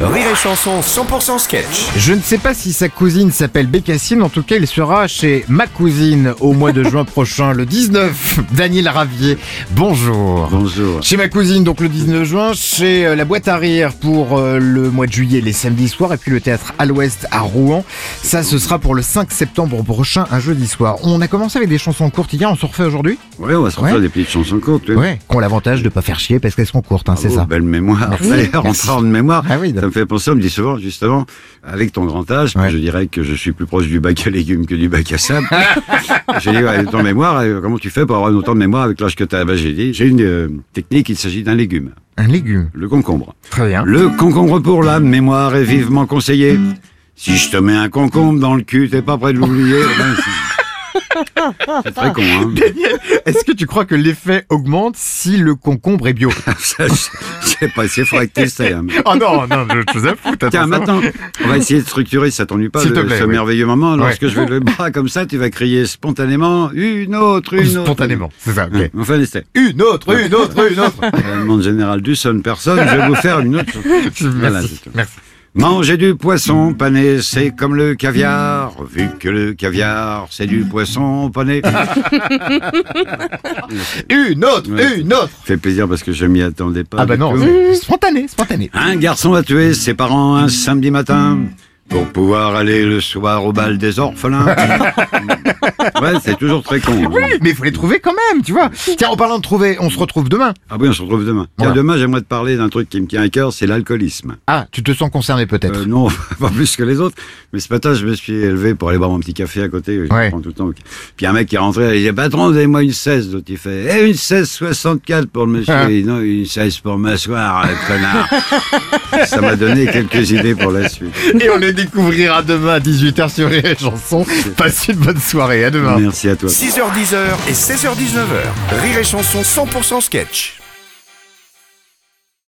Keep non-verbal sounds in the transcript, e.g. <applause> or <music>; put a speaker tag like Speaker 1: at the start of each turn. Speaker 1: Rire et Chanson 100% sketch.
Speaker 2: Je ne sais pas si sa cousine s'appelle Bécassine, en tout cas, il sera chez ma cousine au mois de juin <laughs> prochain, le 19. <laughs> Daniel Ravier, bonjour.
Speaker 3: Bonjour.
Speaker 2: Chez ma cousine, donc le 19 juin, chez euh, la boîte à rire pour euh, le mois de juillet, les samedis soirs, et puis le théâtre à l'ouest à Rouen. Ça, ce sera pour le 5 septembre prochain, un jeudi soir. On a commencé avec des chansons courtes hier, on s'en refait aujourd'hui
Speaker 3: Ouais, on va se refaire
Speaker 2: Ouais.
Speaker 3: des petites chansons courtes. oui. Ah
Speaker 2: Ouais, qu'on l'avantage de pas faire chier parce qu'elles sont courtes, hein, c'est
Speaker 3: Bravo,
Speaker 2: ça.
Speaker 3: Belle mémoire.
Speaker 2: Merci.
Speaker 3: D'ailleurs, en
Speaker 2: Merci.
Speaker 3: parlant de mémoire,
Speaker 2: Ah oui,
Speaker 3: ça me fait penser, on me dit souvent, justement, avec ton grand âge,
Speaker 2: Ouais.
Speaker 3: je dirais que je suis plus proche du bac à légumes que du bac
Speaker 2: <laughs>
Speaker 3: à sable. j'ai dit, ouais, avec ton mémoire, euh, comment tu fais pour avoir autant de mémoire avec l'âge que t'as Bah, J'ai dit, j'ai une euh, technique, il s'agit d'un légume,
Speaker 2: un légume.
Speaker 3: le concombre.
Speaker 2: Très bien.
Speaker 3: Le concombre pour la mémoire est vivement conseillé. Si je te mets un concombre dans le cul, t'es pas prêt de
Speaker 2: <laughs>
Speaker 3: l'oublier. Eh ben, c'est- c'est très con, hein
Speaker 2: Est-ce que tu crois que l'effet augmente si le concombre est bio
Speaker 3: Ça, je je sais pas, c'est faudrait que t'essayes, hein.
Speaker 2: <laughs> Oh non, non, je te fous.
Speaker 3: Tiens, maintenant, on va essayer de structurer, ça t'ennuie pas,
Speaker 2: S'il
Speaker 3: le-
Speaker 2: te plaît,
Speaker 3: ce
Speaker 2: oui.
Speaker 3: merveilleux moment. Lorsque
Speaker 2: Ouais.
Speaker 3: je vais le bras comme ça, tu vas crier spontanément, une autre, une autre. Hein,
Speaker 2: Spontanément, c'est ça, ok.
Speaker 3: Enfin, laissez.
Speaker 2: <laughs>
Speaker 3: Euh,
Speaker 2: Une autre, une autre, une autre.
Speaker 3: Mon général Dusson, personne, je vais vous faire une autre.
Speaker 2: <laughs>
Speaker 3: Voilà,
Speaker 2: Merci,
Speaker 3: c'est tout.
Speaker 2: merci.
Speaker 3: Manger du poisson pané, c'est comme le caviar, vu que le caviar, c'est du
Speaker 2: <laughs>
Speaker 3: poisson pané.
Speaker 2: Une autre,
Speaker 3: Ouais.
Speaker 2: une autre.
Speaker 3: fait plaisir parce que je m'y attendais pas.
Speaker 2: Ah bah
Speaker 3: du
Speaker 2: non,
Speaker 3: tout.
Speaker 2: c'est spontané, spontané.
Speaker 3: Un garçon a tué ses parents un samedi matin pour pouvoir aller le soir au bal
Speaker 2: <laughs>
Speaker 3: des orphelins. ouais, c'est toujours très con. hein.
Speaker 2: Oui, mais il faut les trouver quand même, tu vois. Tiens, en parlant de trouver, on se retrouve demain.
Speaker 3: Ah oui, on se retrouve demain. Tiens,
Speaker 2: Voilà.
Speaker 3: demain, j'aimerais te parler d'un truc qui me tient à cœur, c'est l'alcoolisme.
Speaker 2: Ah, tu te sens concerné peut-être.
Speaker 3: Euh, non, <laughs> pas plus que les autres. Mais ce matin, je me suis élevé pour aller boire mon petit café à côté. Je
Speaker 2: Ouais.
Speaker 3: prends tout le temps. Puis un mec qui est rentré, il dit, patron, donnez-moi une 16. L'autre, il fait, eh, une 16 64 pour le monsieur.
Speaker 2: Ah.
Speaker 3: Il dit, non, une 16 pour m'asseoir, euh, connard.
Speaker 2: <laughs>
Speaker 3: Ça m'a donné quelques idées pour la suite.
Speaker 2: <laughs> Et on les découvrira demain à 18h sur les chansons. Passe une bonne soirée, à demain.
Speaker 3: Merci à toi.
Speaker 1: 6h10h et 16h19h. Rire et Chanson 100% sketch.